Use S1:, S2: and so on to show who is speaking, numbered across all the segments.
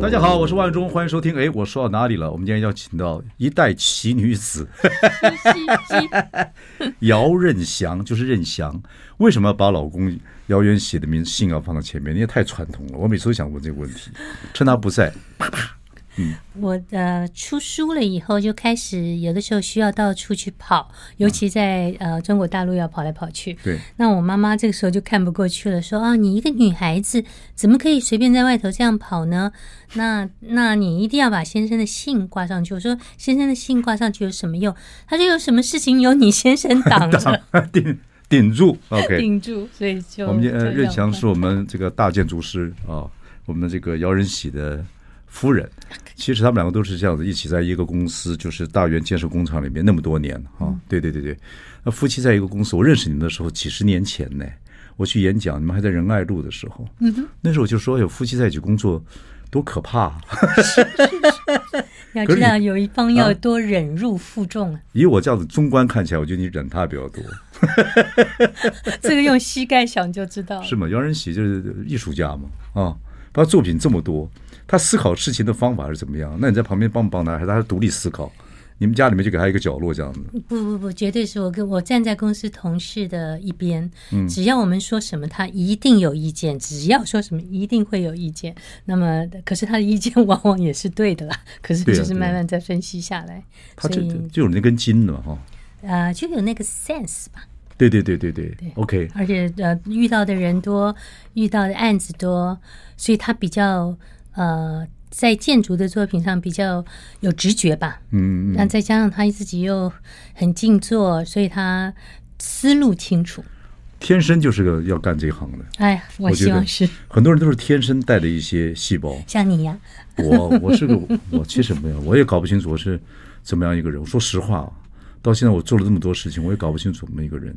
S1: 大家好，我是万忠，欢迎收听。哎，我说到哪里了？我们今天要请到一代奇女子姚任祥，就是任祥。为什么要把老公姚元喜的名姓啊放到前面？因为太传统了。我每次都想问这个问题，趁他不在，
S2: 我呃出书了以后，就开始有的时候需要到处去跑，尤其在、呃中国大陆要跑来跑去。
S1: 嗯对，
S2: 那我妈妈这个时候就看不过去了，说啊，你一个女孩子怎么可以随便在外头这样跑呢？那那你一定要把先生的姓挂上去。我说先生的姓挂上去有什么用？她说有什么事情有你先生 挡着
S1: 顶顶住。OK，
S2: 顶住，所以就
S1: 我们今
S2: 就
S1: 呃
S2: 让
S1: 任祥
S2: 我
S1: 是我们这个大建筑师啊，我们的这个姚仁喜的夫人。其实他们两个都是这样子，一起在一个公司，就是大原建设工厂里面那么多年啊。
S2: 嗯
S1: 对对对对，那夫妻在一个公司，我认识你们的时候几十年前呢，我去演讲，你们还在仁爱路的时候，
S2: 嗯
S1: 那时候我就说，有哎夫妻在一起工作多可怕、啊。
S2: 要
S1: 可
S2: 知
S1: 是
S2: 道有一方要
S1: 啊
S2: 多忍辱负重啊，
S1: 以我这样子中观看起来，我觉得你忍他比较多，
S2: 这个用膝盖想就知道 了。
S1: 是吗？姚仁喜就是艺术家嘛，啊，他作品这么多，他思考事情的方法是怎么样？那你在旁边帮不帮他，还是他独立思考？你们家里面就给他一个角落这样子，
S2: 不不不，绝对是我跟我站在公司同事的一边。
S1: 嗯
S2: 只要我们说什么，他一定有意见；只要说什么，一定会有意见。那么，可是他的意见往往也是对的啦。可是
S1: 对啊
S2: 就是
S1: 对啊
S2: 慢慢再分析下来，
S1: 他
S2: 所
S1: 这
S2: 以
S1: 就有那根筋了哈。
S2: 呃，就有那个 sense 吧。
S1: 对对对对对
S2: 对
S1: ，OK，
S2: 而且呃，遇到的人多，遇到的案子多，所以他比较呃，在建筑的作品上比较有直觉吧。
S1: 嗯，
S2: 那再加上他自己又很静坐，所以他思路清楚。
S1: 天生就是个要干这行的，
S2: 哎呀，我
S1: 我觉
S2: 希望
S1: 得
S2: 是
S1: 很多人都是天生带着一些细胞。
S2: 像你呀、
S1: 我我是个我其实没有，我也搞不清楚我是怎么样一个人。我说实话啊，到现在我做了这么多事情，我也搞不清楚怎么一个人。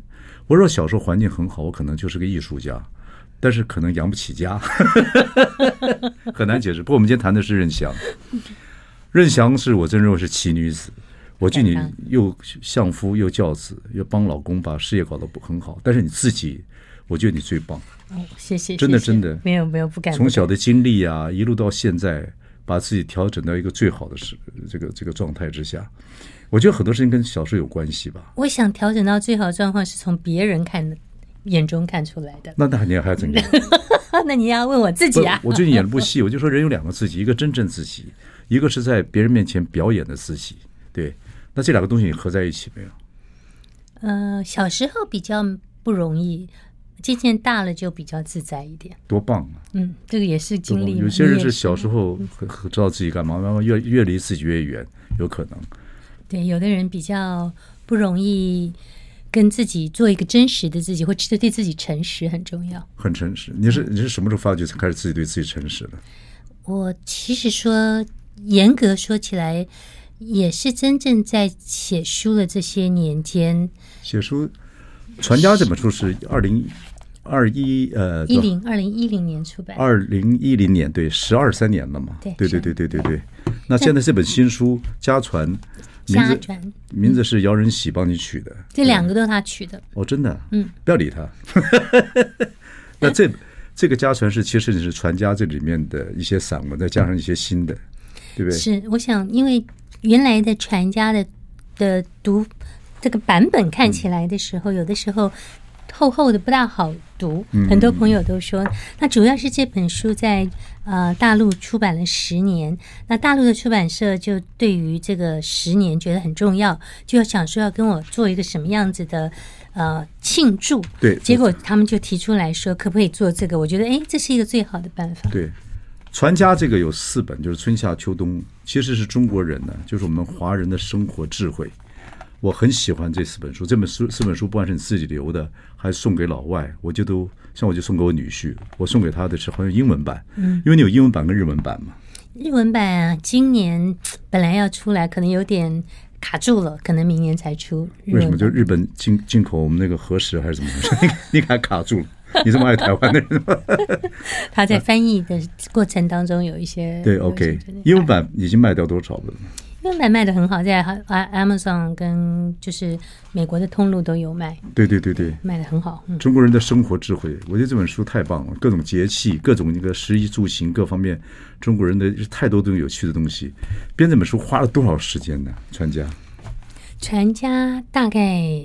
S1: 我若小时候环境很好，我可能就是个艺术家，但是可能养不起家， 很难解释。不过我们今天谈的是任翔，任翔是我真认为是奇女子。我觉得你又相夫又教子，又帮老公把事业搞得不很好，但是你自己，我觉得你最棒。
S2: 哦，谢谢，
S1: 真的
S2: 谢谢
S1: 真的
S2: 没有没有不敢，
S1: 从小的经历啊，一路到现在，把自己调整到一个最好的时这个这个状态之下，我觉得很多事情跟小时候有关系吧。
S2: 我想调整到最好的状况是从别人看的眼中看出来的。
S1: 那那你还要怎样？
S2: 那你要问我自
S1: 不
S2: 己啊，
S1: 我最近演了部戏，我就说人有两个自己，一个真正自己，一个是在别人面前表演的自己。对，那这两个东西你合在一起没有？
S2: 呃，小时候比较不容易，渐渐大了就比较自在一点。
S1: 多棒啊！
S2: 嗯，这个也是嗯经历嘛，
S1: 有些人
S2: 你也
S1: 是小时候很很知道自己干嘛，慢慢越越离自己越远，有可能。
S2: 对，有的人比较不容易跟自己做一个真实的自己，或者对自己诚实很重要。
S1: 很诚实，你是你是什么时候发觉才开始自己对自己诚实的？
S2: 我其实说，严格说起来，也是真正在写书的这些年间，
S1: 写书，《传家》这本书是二零二一呃
S2: 一零二零一零年出版。
S1: 二零一零年，对，十二三年了嘛。
S2: 对
S1: 对对对对对对。那现在这本新书《家传》，名
S2: 家
S1: 字
S2: 传
S1: 名字是姚仁喜帮你取的。
S2: 这两个都是他取的，
S1: 哦，真的，嗯，不要理他。 那这这个《家传》是其实你是《传家》这里面的一些散文，再加上一些新的，对不对？
S2: 是我想，因为原来的传家的的读这个版本看
S1: 嗯
S2: 起来的时候，有的时候厚厚的不大好读，
S1: 嗯
S2: 很多朋友都说，那主要是这本书在呃大陆出版了十年，那大陆的出版社就对于这个十年觉得很重要，就想说要跟我做一个什么样子的呃庆祝，
S1: 对
S2: 结果他们就提出来说，可不可以做这个？我觉得，哎，这是一个最好的办法。
S1: 对，传家这个有四本，就是春夏秋冬，其实是中国人呢，就是我们华人的生活智慧。我很喜欢这四本书，这本书四本书不管是你自己留的，还是送给老外，我就都像我就送给我女婿，我送给他的是好像英文版，
S2: 嗯
S1: 因为你有英文版跟日文版嘛。
S2: 日文版啊，今年本来要出来，可能有点卡住了，可能明年才出。日
S1: 为什么？
S2: 文版
S1: 就日本进进口我们那个核实还是怎么回 事？你你给他卡住了。你这么爱台湾的 人，
S2: 他在翻译的过程当中有一些
S1: 对
S2: 有一些
S1: ，OK，英文版已经卖掉多少了？
S2: 英文版卖的很好，在 A- Amazon 跟就是美国的通路都有卖，
S1: 对对对对，
S2: 卖的很好。嗯，
S1: 中国人的生活智慧，我觉得这本书太棒了，各种节气，各种那个食衣住行各方面，中国人的太多东西有趣的东西。编这本书花了多少时间呢？传家
S2: 传家大概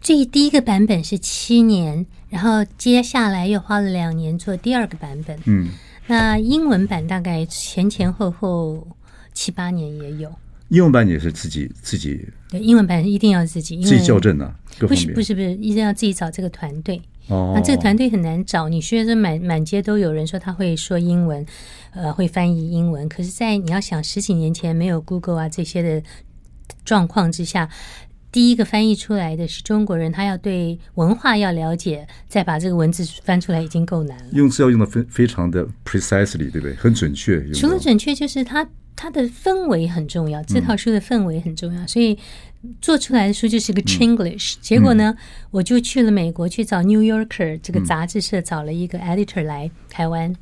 S2: 最第一个版本是七年，然后接下来又花了两年做第二个版本。
S1: 嗯，
S2: 那英文版大概前前后后七八年也有。
S1: 英文版也是自己自己
S2: 对，英文版一定要自己，因为
S1: 自己校正啊，各
S2: 不
S1: 方
S2: 是
S1: 面
S2: 嗯不是不是，一定要自己找这个团队。
S1: 哦
S2: 那这个团队很难找，你学生满满街都有人说他会说英文，呃，会翻译英文。可是，在你要想十几年前没有 Google 啊这些的状况之下，第一个翻译出来的是中国人，他要对文化要了解，再把这个文字翻出来已经够难了。
S1: 用字要用的非非常的 precisely，对不对？很准确。用
S2: 除了
S1: 到
S2: 准确，就是它它的氛围很重要，这套书的氛围很重要，所以做出来的书就是个 Chinglish、结果呢，我就去了美国去找《New Yorker》这个杂志社，找了一个 editor 来台湾。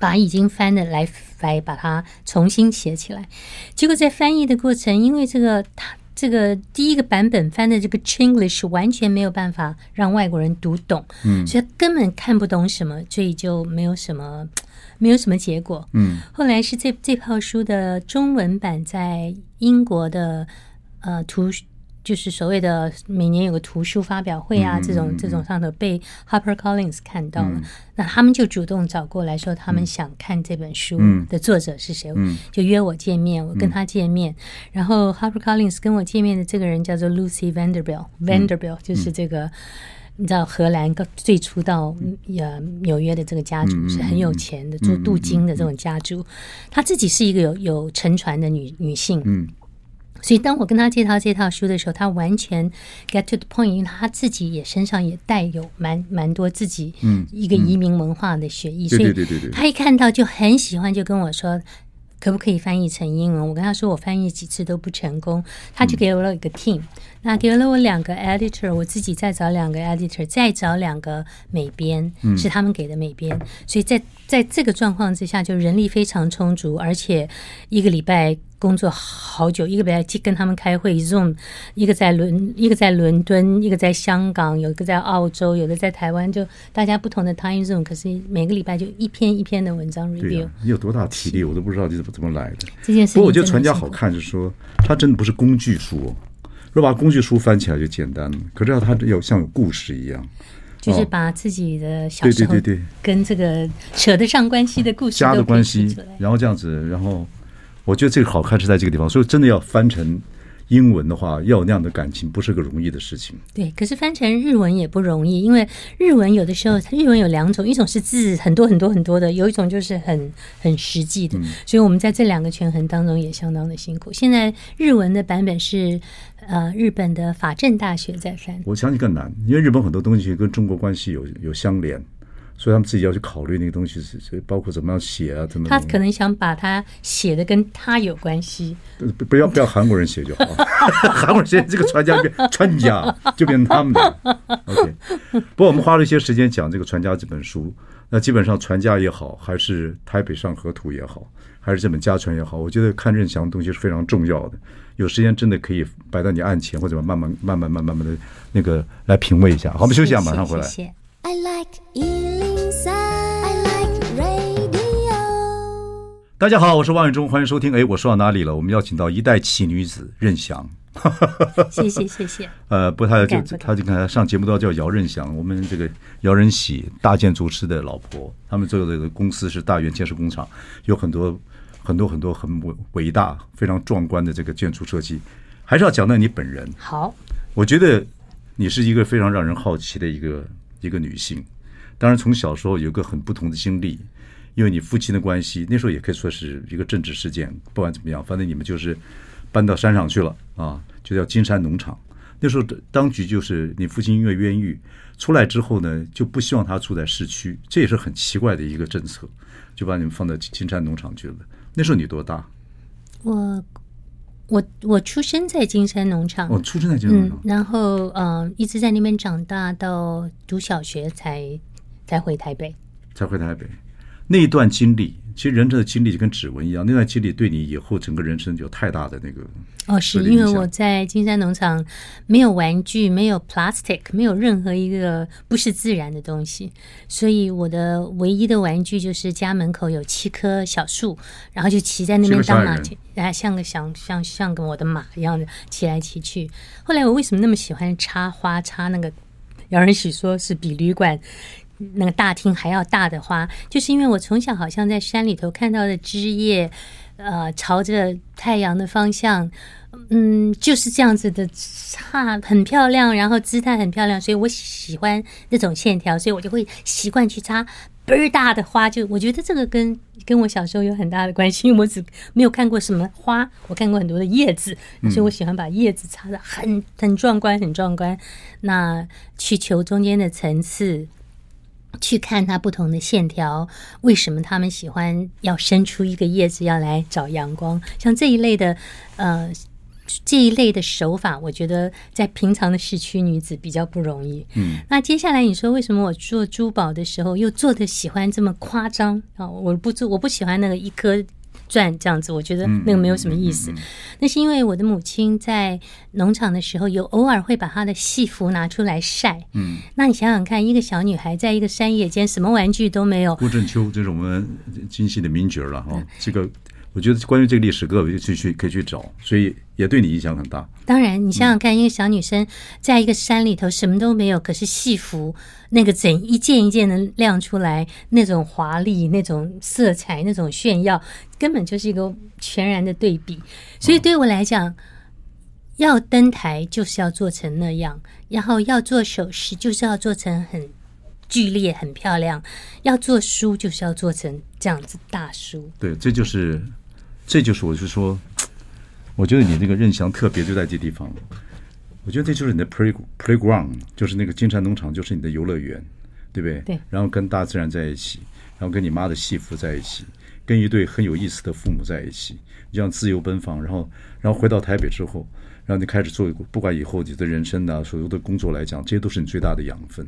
S2: 把已经翻的来来把它重新写起来，结果在翻译的过程，因为这个它这个第一个版本翻的这个 Chinglish 完全没有办法让外国人读懂，嗯，所以他根本看不懂什么，所以就没有什么没有什么结果。
S1: 嗯，
S2: 后来是这这套书的中文版在英国的呃图。就是所谓的每年有个图书发表会啊，这种这种上头被 Harper Collins 看到了，那他们就主动找过来说，他们想看这本书的作者是谁，就约我见面，我跟他见面。然后 Harper Collins 跟我见面的这个人叫做 Lucy Vanderbilt，Vanderbilt、就是这个。你知道荷兰刚最初到呃纽约的这个家族是很有钱的，做镀金的这种家族，她自己是一个有有沉船的女女性，所以当我跟他介绍这套书的时候，他完全 get to the point，因为他自己也身上也带有蛮蛮多自己一个移民文化的血裔，
S1: 对
S2: 所以
S1: 对对对对
S2: 他一看到就很喜欢，就跟我说。可不可以翻译成英文？我跟他说我翻译几次都不成功，他就给我了一个 team，、那给了我两个 editor，我自己再找两个 editor，再找两个美编，
S1: 嗯
S2: 是他们给的美编，所以在在这个状况之下，就人力非常充足，而且一个礼拜工作好久，一个礼拜去跟他们开会，Zoom，一个在伦，一个在伦敦，一个在香港，有一个在澳洲，有的在台湾，就大家不同的 time zone，可是每个礼拜就一篇一篇的文章
S1: 对
S2: review，、
S1: 呀、你有多大体力，我都不知道你怎么怎么来的。
S2: 这件事
S1: 不
S2: 情
S1: 过我觉得
S2: 真的
S1: 传家
S2: 很
S1: 好看，是说它真的不是工具书、哦，如果把工具书翻起来就简单了，可是要它有像有故事一样，
S2: 就是
S1: 哦
S2: 把自己的小
S1: 对
S2: 时
S1: 对
S2: 候
S1: 对对
S2: 跟这个扯得上关系的故事
S1: 家
S2: 都
S1: 的
S2: 可以
S1: 关
S2: 写
S1: 系
S2: 出来，
S1: 然后这样子，然后我觉得这个好看是在这个地方，所以真的要翻成英文的话，要有那样的感情，不是个容易的事情。
S2: 对，可是翻成日文也不容易，因为日文有的时候，日文有两种，一种是字很多很多很多的，有一种就是很很实际
S1: 嗯
S2: 的，所以我们在这两个权衡当中也相当的辛苦。现在日文的版本是呃日本的法政大学在翻，
S1: 我相信更难，因为日本很多东西跟中国关系有有相连，所以他们自己要去考虑那个东西是是包括怎么样写啊，怎么
S2: 他可能想把它写的跟他有关系，
S1: 呃不不要不要韩国人写就 好，韩国人写这个传家变传家就变成他们的。OK，不过我们花了一些时间讲这个《传家》这本书，那基本上《传家》也好，还是《台北上河图》也好，还是这本《家传》也好，我觉得看任翔的东西是非常重要的。有时间真的可以摆到你案前，或者慢慢慢慢慢慢慢的那个来品味一下。好，我们休息一下，马上回来
S2: 谢。谢
S3: I like Ealing Sound. I like radio.
S1: 大家好，我是王永忠，欢迎收听。哎，我说到哪里了？我们邀请到一代奇女子任翔。
S2: 谢谢谢谢，
S1: 呃，不，他就
S2: 不敢不敢
S1: 他就看他上节目都要叫姚任祥，我们这个姚任喜大建筑师的老婆，他们做的这个公司是大元建设工厂，有很多很多很多很伟伟大、非常壮观的这个建筑设计。还是要讲到你本人，
S2: 好。
S1: 我觉得你是一个非常让人好奇的一个一个女性。当然，从小时候有一个很不同的经历，因为你父亲的关系，那时候也可以说是一个政治事件。不管怎么样，反正你们就是搬到山上去了啊，就叫金山农场。那时候的当局就是你父亲因为冤狱出来之后呢，就不希望他住在市区，这也是很奇怪的一个政策，就把你们放到金山农场去了。那时候你多大？
S2: 我我我出生在金山农场，
S1: 哦，出生在金山农
S2: 嗯
S1: 场，，
S2: 然后呃一直在那边长大，到读小学才才回台北。
S1: 才回台北。那一段经历，其实人生的经历就跟指纹一样，那段经历对你以后整个人生有太大的那个
S2: 哦，是
S1: 有点
S2: 因为
S1: 影响
S2: 我在金山农场没有玩具，没有 plastic，没有任何一个不是自然的东西，所以我的唯一的玩具就是家门口有七棵小树，然后就骑在那边
S1: 七个小
S2: 当
S1: 矮
S2: 马
S1: 人
S2: 骑，啊，像个像像像跟我的马一样的骑来骑去。后来我为什么那么喜欢插花，插那个姚仁喜说是比旅馆那个大厅还要大的花，就是因为我从小好像在山里头看到的枝叶，呃，朝着太阳的方向，嗯，就是这样子的差，很漂亮，然后姿态很漂亮，所以我喜欢那种线条，所以我就会习惯去插倍儿大的花，就我觉得这个跟。跟我小时候有很大的关系，因为我只没有看过什么花，我看过很多的叶子，所以我喜欢把叶子插的很很壮观，很壮观。那去求中间的层次，去看它不同的线条，为什么他们喜欢要伸出一个叶子要来找阳光？像这一类的，呃，这一类的手法，我觉得在平常的市区女子比较不容易。嗯，那接下来你说为什么我做珠宝的时候又做的喜欢这么夸张啊？我不做，我不喜欢那个一颗。钻这样子，我觉得那个没有什么意思。那是因为我的母亲在农场的时候，有偶尔会把她的戏服拿出来晒。嗯，那你想想看，一个小女孩在一个山野间，什么玩具都没有，
S1: 郭振秋，这是我们京戏的名角了哈、这个我觉得关于这个历史，各位去去可以去找，所以也对你影响很大。
S2: 当然，你想想嗯看，一个小女生在一个山里头什么都没有，可是戏服那个整一件一件的亮出来，那种华丽、那种色彩、那种炫耀，根本就是一个全然的对比。所以对我来讲，要登台就是要做成那样，然后要做首饰就是要做成很剧烈、很漂亮，要做书就是要做成这样子大书。
S1: 对，这就是，这就是我就说，我觉得你那个任翔特别就在这地方，我觉得这就是你的 play playground，就是那个金山农场，就是你的游乐园，对不对？
S2: 对
S1: 然后跟大自然在一起，然后跟你妈的戏服在一起，跟一对很有意思的父母在一起，你这样自由奔放，然后然后回到台北之后，然后你开始做，不管以后你的人生呐、所有的工作来讲，这些都是你最大的养分。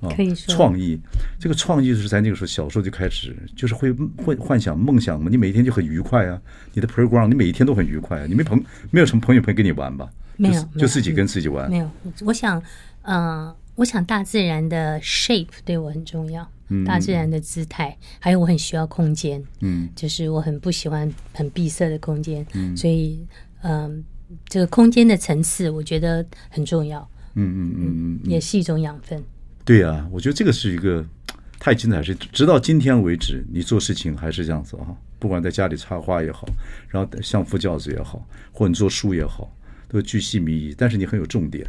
S1: 啊
S2: 可以说
S1: 创意，这个创意是在那个时候小时候就开始，就是会会幻想梦想嘛。你每一天就很愉快啊，你的 playground 你每一天都很愉快啊，你没朋没有什么朋友朋友跟你玩吧？
S2: 没有
S1: 就
S2: 没有
S1: 就自己跟自己玩
S2: 没。有，我想，呃，我想大自然的 shape 对我很重要，大自然的姿态，还有我很需要空间，
S1: 嗯，
S2: 就是我很不喜欢很闭塞的空间，所以，嗯、这个空间的层次我觉得很重要，
S1: 嗯嗯嗯嗯，
S2: 也是一种养分。
S1: 对啊，我觉得这个是一个太精彩，是直到今天为止，你做事情还是这样子啊，不管在家里插花也好，然后相夫教子也好，或者你做书也好，都巨细靡遗，但是你很有重点，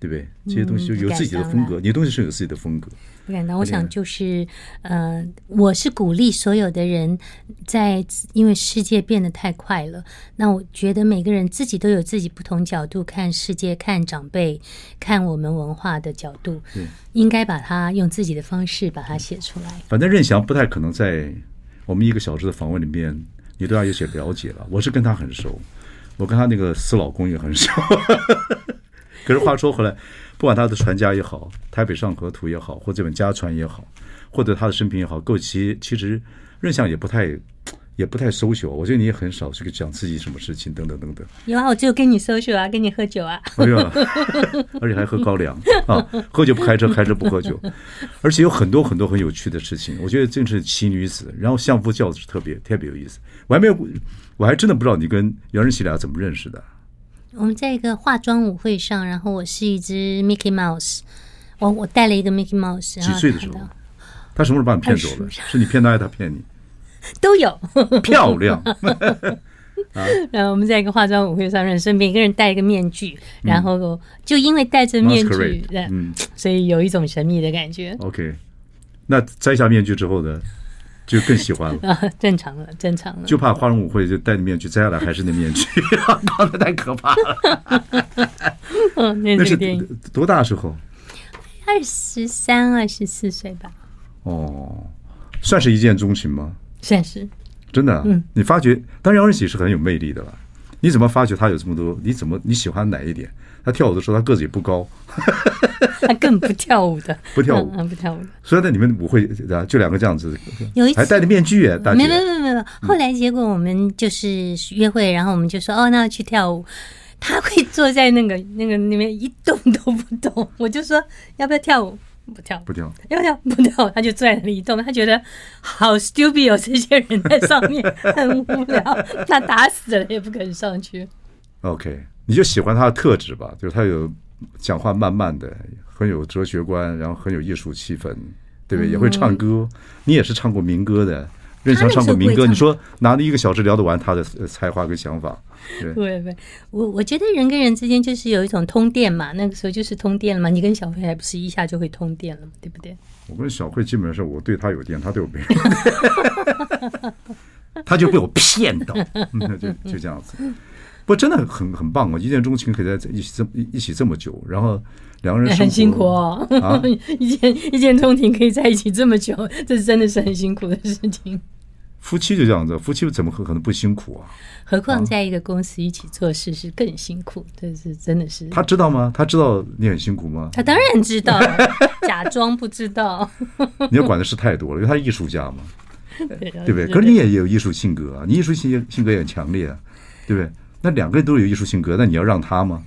S1: 对不对？这些东西就有自己的风格，你的东西是有自己的风格。
S2: 不敢当，我想就是，呃，我是鼓励所有的人在，因为世界变得太快了，那我觉得每个人自己都有自己不同角度看世界、看长辈、看我们文化的角度，应该把它用自己的方式把它写出来。
S1: 反正任翔不太可能在我们一个小时的访问里面，你对他有些了解了。我是跟他很熟，我跟他那个死老公也很熟。 可是话说回来，不管他的传家也好，台北上河图也好，或这本家传也好，或者他的生平也好，够其其实任翔也不太也不太 social。我觉得你也很少去讲自己什么事情等等等等。
S2: 有啊，我就跟你 social 啊，跟你喝酒啊，
S1: 哎呀， 而且还喝高粱啊！ 喝酒不开车，开车不喝酒，而且有很多很多很有趣的事情。我觉得真是奇女子，然后相夫教子特别特别有意思。我还没有，我还真的不知道你跟杨仁喜俩怎么认识的。
S2: 啊我们在一个化妆舞会上，然后我是一只 Mickey Mouse，我我带了一个 Mickey Mouse，然
S1: 几
S2: 后
S1: 岁的时
S2: 看
S1: 候
S2: 到？
S1: 他什么时候把你骗走
S2: 二
S1: 了？是你骗他，还是他骗 你？
S2: 都有。
S1: 漂 亮，
S2: 然呃后我们在一个化妆舞会上认识，每个人戴一个面具，然后就因为戴着面具
S1: 嗯 Masquerade，，
S2: 呃
S1: 嗯哦
S2: 所以有一种神秘的感觉。
S1: OK。那摘下面具之后呢？就更喜 欢了。
S2: 啊，正常了，正常 了。
S1: 就怕花容舞会就戴着面具摘下来还是那 面具，搞得太可怕了。
S2: 嗯，那
S1: 那是
S2: 部电影
S1: 多大时候？
S2: 二十三、二十四岁吧，
S1: 哦，算是一见钟情吗？
S2: 算是。
S1: 真的、啊，
S2: 嗯
S1: 你发觉，当然杨仁喜是很有魅力的了。你怎么发觉他有这么多？你怎么你喜欢哪一点？他跳舞的时候，他个子也不高，
S2: 他更不跳舞的，
S1: 不跳舞
S2: 嗯嗯，不跳舞的。
S1: 所以在你们舞会啊，就两个这样子，
S2: 有一次
S1: 还戴着面具耶，大嗯
S2: 没没没
S1: 姐。
S2: 没没没，后来结果我们就是约会，然后我们就说哦，那要去跳舞。他会坐在那个那个里面一动都不动，我就说要不要跳舞？不跳，
S1: 不跳，
S2: 要不要不跳？他就坐在那里一动，他觉得好 stupid 哦，这些人在上 面很无聊，那打死了也不肯上去。
S1: OK，你就喜欢他的特质吧，就是他有讲话慢慢的，很有哲学观，然后很有艺术气氛，对不对？也会唱歌，你也是唱过民歌的，任翔唱过民歌，
S2: 嗯他那
S1: 你
S2: 时候
S1: 说拿了一个小时聊得完他的呃才华跟想法，对，
S2: 对对，我我觉得人跟人之间就是有一种通电嘛，那个时候就是通电了嘛。你跟小飞还不是一下就会通电了嘛，对不对？
S1: 我跟小慧基本上是我对她有电，她对我没有， 她就被我骗到，嗯 就就这样子。不，真的很很棒哦！一见钟情可以在一起这一一起这么久，然后两个人生活
S2: 很辛苦哦，
S1: 啊
S2: 一见一见钟情可以在一起这么久，这真的是很辛苦的事情。
S1: 夫妻就这样子，夫妻怎么可可能不辛苦啊？
S2: 何况在一个公司一起做事是更辛苦，这是真的是。
S1: 他知道吗？他知道你很辛苦吗？
S2: 他当然知道，假装不知 道，
S1: 你要管的事太多了，因为他是艺术家嘛，
S2: 对
S1: 对不对？可是你也有艺术性格啊，你艺术性性格也很强烈啊，对不对？那两个人都有艺术性格，那你要让他吗？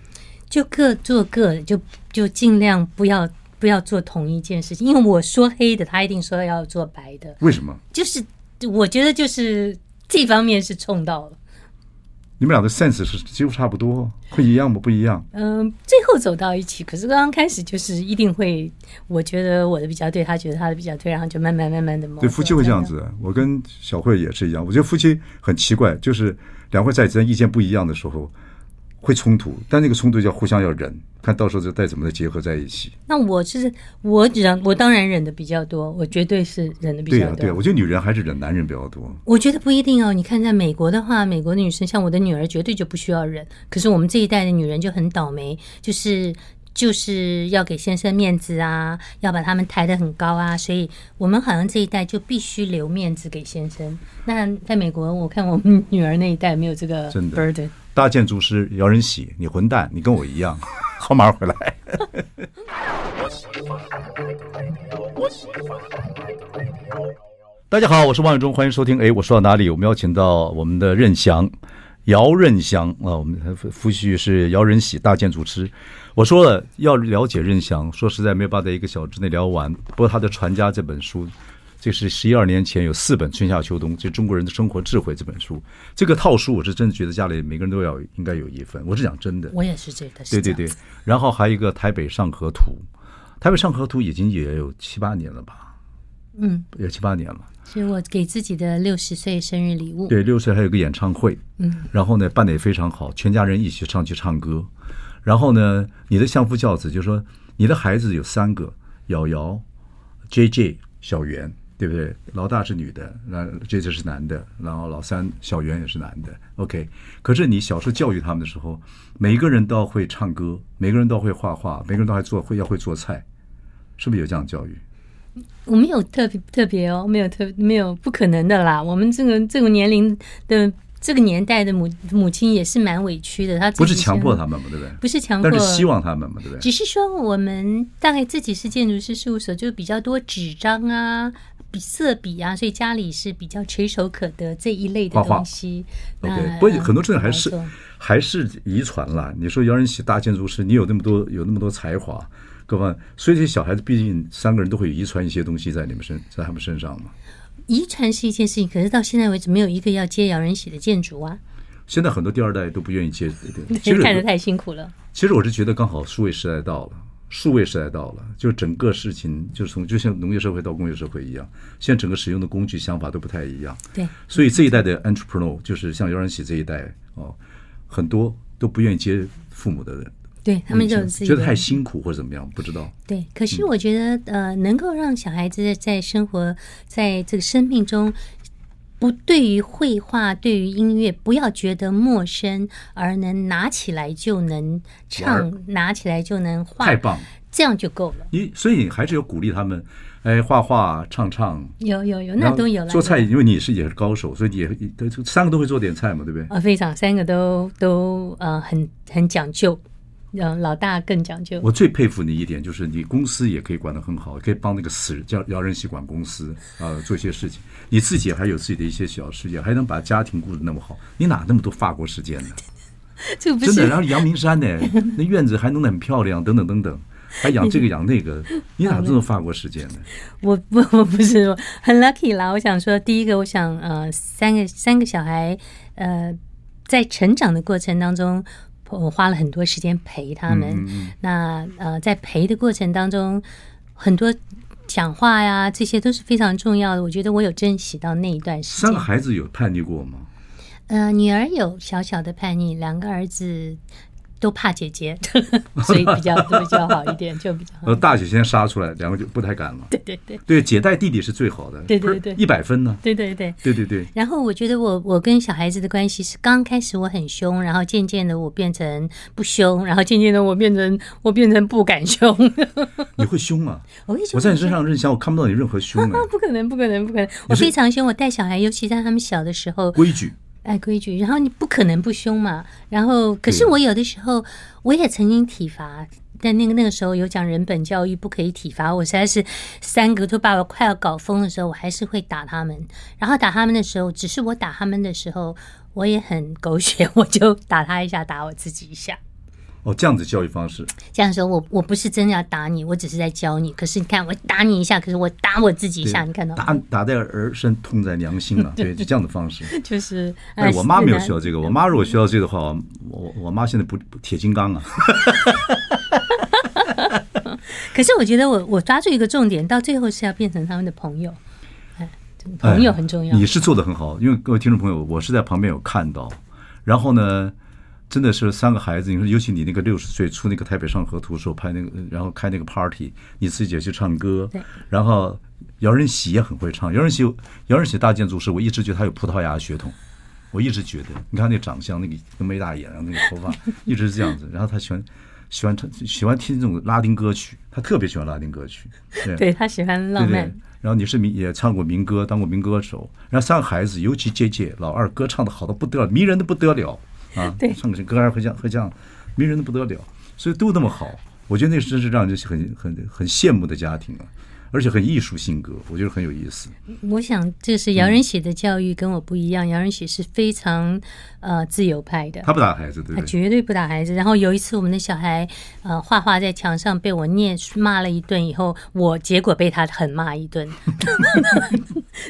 S2: 就各做各的，就就尽量不要不要做同一件事情，因为我说黑的，他一定说要做白的，
S1: 为什么？
S2: 就是我觉得就是这方面是冲到了。
S1: 你们俩的 sense 是几乎差不多，会一样吗？不一样。
S2: 嗯，最后走到一起，可是刚刚开始就是一定会，我觉得我的比较对，他觉得他的比较对，然后就慢慢慢慢的磨合。
S1: 对，夫妻会这样子。我跟小慧也是一样，我觉得夫妻很奇怪，就是两会在之间意见不一样的时候会冲突，但那个冲突要互相要忍，看到时候再怎么的结合在一起。
S2: 那我是我忍，我当然忍的比较多，我绝对是忍的比
S1: 对
S2: 较
S1: 呀、
S2: 多。
S1: 对呀、啊我觉得女人还是忍男人比较多。
S2: 我觉得不一定哦。你看，在美国的话，美国的女生像我的女儿，绝对就不需要忍。可是我们这一代的女人就很倒霉，就是就是要给先生面子啊，要把他们抬得很高啊，所以我们好像这一代就必须留面子给先生。那在美国，我看我们女儿那一代没有这个
S1: 真的
S2: burden。
S1: 大建筑师姚仁喜，你混蛋，你跟我一样， 好马上回来。大家好，我是王永忠，欢迎收听。哎，我说到哪里？我们邀请到我们的任翔，姚任翔啊，我们的夫夫婿是姚仁喜，大建筑师。我说了，要了解任翔，说实在没有办法在一个小时之内聊完。不过他的《传家》这本书，这是十一二年前有四本《春夏秋冬》，这《中国人的生活智慧》这本书，这个套书我是真的觉得家里每个人都要应该有一份。我是讲真的，
S2: 我也是这个，是
S1: 对
S2: 这
S1: 对
S2: 样
S1: 对，然后还有一个台北上河图，台北上河图已经也有七八年了吧？
S2: 嗯，
S1: 有七八年了。
S2: 是我给自己的六十岁生日礼物。
S1: 对，六岁还有个演唱会，嗯，然后呢办的也非常好，全家人一起上去唱歌。然后呢，你的相夫教子就说你的孩子有三个，瑶瑶、J J、小圆，对不对？老大是女的，那 J J 是男的，然后老三小圆也是男的。OK，可是你小时候教育他们的时候，每一个人都要会唱歌，每个人都要会画画，每个人都还做会要会做菜，是不是有这样教育？
S2: 我没有特别特别哦，没有特没有不可能的啦。我们这个这个年龄的这个年代的母母亲也是蛮委屈的，她自己
S1: 不是强迫
S2: 先
S1: 他们嘛，对不对？
S2: 不是强迫，
S1: 但是希望他们嘛，对不对？
S2: 只是说我们大概自己是建筑师事务所，就比较多纸张啊、笔色笔啊，所以家里是比较垂手可得这一类的
S1: 画画
S2: 东西。那
S1: 哦 OK，不过很多事情还是
S2: 来做
S1: 还是遗传啦。你说姚仁喜大建筑师，你有那么多有那么多才华，各方面，所以这些小孩子毕竟三个人都会遗传一些东西在你们身，在他们身上嘛。
S2: 遗传是一件事情，可是到现在为止没有一个要接姚仁喜的建筑啊，其
S1: 现在很多第二代都不愿意 接，其
S2: 实看着
S1: 实
S2: 太辛苦了。
S1: 其实我是觉得刚好数位时代到了，数位时代到了，就整个事情就是从就像农业社会到工业社会一样，现在整个使用的工具想法都不太一样。
S2: 对，
S1: 所以这一代的 entrepreneur 就是像姚仁喜这一代哦，很多都不愿意接父母的
S2: 对他们就有自己
S1: 觉得
S2: 的
S1: 太辛苦或者怎么样，不知道。
S2: 对，可
S1: 嗯
S2: 是我觉得，呃，能够让小孩子在生活在这个生命中，不对于绘画、对于音乐不要觉得陌生，而能拿起来就能
S1: 玩
S2: 唱，拿起来就能画
S1: 太，棒！了。
S2: 这样就够了。
S1: 你所以你还是有鼓励他们，哎，画画、唱唱，
S2: 有有有，
S1: 然
S2: 那
S1: 后
S2: 都有了。
S1: 做菜，因为你是也是高手，所以你也都三个都会做点菜嘛，对不对？
S2: 啊，非常三个都都呃很很讲究，嗯、老大更讲究。
S1: 我最佩服你一点就是，你公司也可以管得很好，可以帮那个死人叫饶人吸管公司啊、呃做一些事情。你自己还有自己的一些小事业，还能把家庭顾得那么好，你哪那么多法国时间呢？
S2: 这 不
S1: 真的，
S2: 是
S1: 然后阳明山呢，那院子还弄得很漂亮，等等等等，还养这个养那个，你哪这么法国时间 呢？
S2: 我我我不是很 lucky 啦。我想说，第一个，我想呃，三个三个小孩，呃，在成长的过程当中，我花了很多时间陪他们。
S1: 嗯
S2: 那呃，在陪的过程当中，很多讲话呀，这些都是非常重要的。我觉得我有珍惜到那一段时
S1: 三
S2: 间
S1: 个。孩子有叛逆过吗？
S2: 呃，女儿有小小的叛逆，两个儿子都怕姐姐， 所以比较比较好一点，就比较好
S1: 呃，。大姐先杀出来，两个就不太敢了。
S2: 对对对
S1: 对，姐带弟弟是最好的，
S2: 对对对
S1: 一百分呢。
S2: 对对对。
S1: 对对 对，
S2: 然后我觉得我我跟小孩子的关系是刚开始我很凶，然后渐渐的我变成不凶，然后渐渐的我变成我变成不敢凶。
S1: 你会凶啊！
S2: 我一直
S1: 我在你身 上认想，我看不到你任何凶啊。
S2: 不可能，不可能，不可能！我非常凶，我带小孩，尤其在他们小的时候，
S1: 规矩，
S2: 爱规矩，然后你不可能不凶嘛。然后，可是
S1: 对啊
S2: 我有的时候我也曾经体罚，但那个那个时候有讲人本教育不可以体罚，我实在是三个都把我快要搞疯的时候，我还是会打他们。然后打他们的时候，只是我打他们的时候，我也很狗血，我就打他一下，打我自己一下。
S1: 哦，这样子教育方式，
S2: 这样说，我我不是真的要打你，我只是在教你。可是你看，我打你一下，可是我打我自己一下，你看到吗
S1: 打打在儿身，痛在娘心 啊！对，就这样的方式。
S2: 就是。
S1: 哎，
S2: 呃
S1: 我妈没有
S2: 是
S1: 需要这个，我妈如果需要这个的话，我我我妈现在不不铁金刚啊，
S2: 可是我觉得我我抓住一个重点，到最后是要变成他们的朋友，哎，朋友很重要。
S1: 哎你是做的很好，因为各位听众朋友，我是在旁边有看到，然后呢，真的是三个孩子，你说尤其你那个六十岁出那个台北上河图的时候拍那个，然后开那个 party，你自己也去唱歌
S2: 对，
S1: 然后姚仁喜也很会唱，姚仁喜姚仁喜大建筑师，我一直觉得他有葡萄牙血统。我一直觉得，你看那长相，那个那眉大眼，然后那个头发一直是这样子，然后他喜欢喜欢唱喜欢听这种拉丁歌曲，他特别喜欢拉丁歌曲，对
S2: 对他喜欢
S1: 对
S2: 浪
S1: 不对
S2: 漫，？
S1: 然后你是民也唱过民歌，当过民歌手。然后三个孩子，尤其姐姐老二，歌唱的好的不得了，迷人的不得了啊！
S2: 对
S1: 唱个歌儿会这样会这样，迷人的不得了，所以都那么好。我觉得那是真是让人很很很羡慕的家庭啊，而且很艺术性格，我觉得很有意思。
S2: 我想这
S1: 嗯
S2: 是姚仁喜的教育跟我不一样，姚仁喜是非常呃自由派的。
S1: 他不打孩子，对不
S2: 他
S1: 对？
S2: 绝对不打孩子。然后有一次，我们的小孩呃画画在墙上被我念骂了一顿以后，我结果被他狠骂一 顿。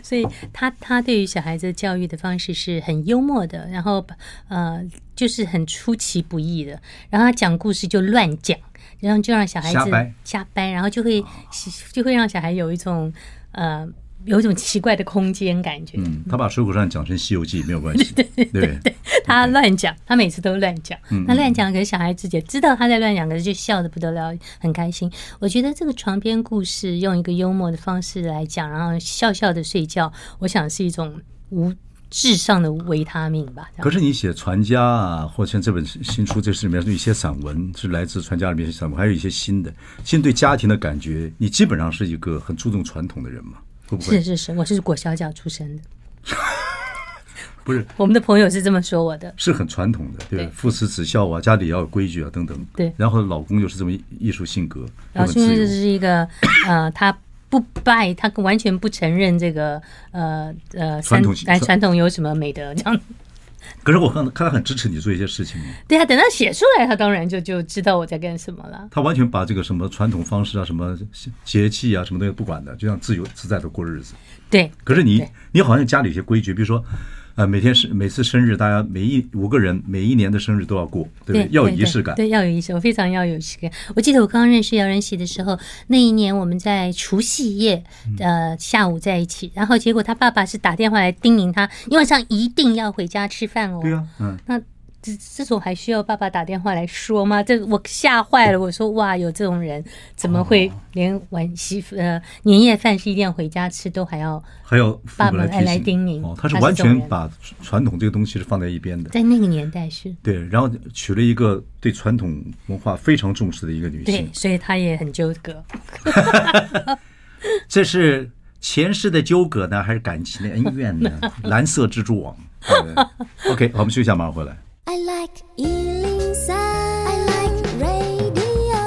S2: 所以他他对于小孩子的教育的方式是很幽默的，然后呃就是很出其不意的。然后他讲故事就乱讲，然后就让小孩
S1: 瞎掰哦
S2: 子瞎掰，然后就会就会让小孩有一种呃有一种奇怪的空间感觉。
S1: 嗯，他把《水浒传》讲成《西游记》没有关 系，对不对？
S2: 他乱讲，他每次都乱讲。
S1: 嗯
S2: 那乱讲，可是小孩子也知道他在乱讲，可是就笑得不得了，很开心。我觉得这个床边故事用一个幽默的方式来讲，然后笑笑的睡觉，我想是一种无智上的维他命吧。这样
S1: 可是你写《传家》啊，或像这本新书，这是里面有一些散文是来自《传家》里面的散文，还有一些新的。新对家庭的感觉，你基本上是一个很注重传统的人嘛？会不
S2: 是
S1: 会？
S2: 是是，我是裹小脚出身的，
S1: 不是，
S2: 我们的朋友是这么说我的。
S1: 是很传统的，对
S2: 对
S1: 吧？父慈子孝啊，家里也要有规矩啊，等等。
S2: 对
S1: 然后老公又是这么艺艺术性格，又很
S2: 然后孙
S1: 自
S2: 就
S1: 由。
S2: 是一个呃，他不拜，他完全不承认这个呃呃
S1: 传统
S2: 三哎
S1: 传
S2: 传统有什么美德这样。
S1: 可是我看看他很支持你做一些事情嘛，
S2: 对啊，等他写出来，他当然就就知道我在干什么了。
S1: 他完全把这个什么传统方式啊、什么节气啊、什么东西不管的，就这样自由自在的过日子。
S2: 对，
S1: 可是你
S2: 对
S1: 你好像家里有些规矩，比如说，呃，每天是每次生日，大家每一五个人每一年的生日都要过，对不对？要有仪式感。
S2: 对，要有仪式，我非常要有仪式感。我记得我刚认识姚仁喜的时候，那一年我们在除夕夜，
S1: 嗯
S2: 呃，下午在一起，然后结果他爸爸是打电话来叮咛他，你晚上一定要回家吃饭哦。
S1: 对呀、嗯，
S2: 那这这种还需要爸爸打电话来说吗？这我吓坏了，我说哇，有这种人怎么
S1: 哦
S2: 会连晚媳妇呃年夜饭是一定要回家吃，都还要
S1: 还要父母
S2: 爸爸
S1: 提醒
S2: 来叮咛
S1: 哦，他是
S2: 他是
S1: 完
S2: 这种
S1: 全
S2: 人
S1: 把传统这个东西是放在一边的。
S2: 在那个年代是
S1: 对，然后娶了一个对传统文化非常重视的一个女
S2: 对
S1: 性，，
S2: 所以他也很纠葛。
S1: 这是前世的纠葛呢，还是感情的恩怨 呢？蓝色蜘蛛网。对不对 OK，好，我们休息一下，马上回来。
S3: I like Ealing Sound. I like radio.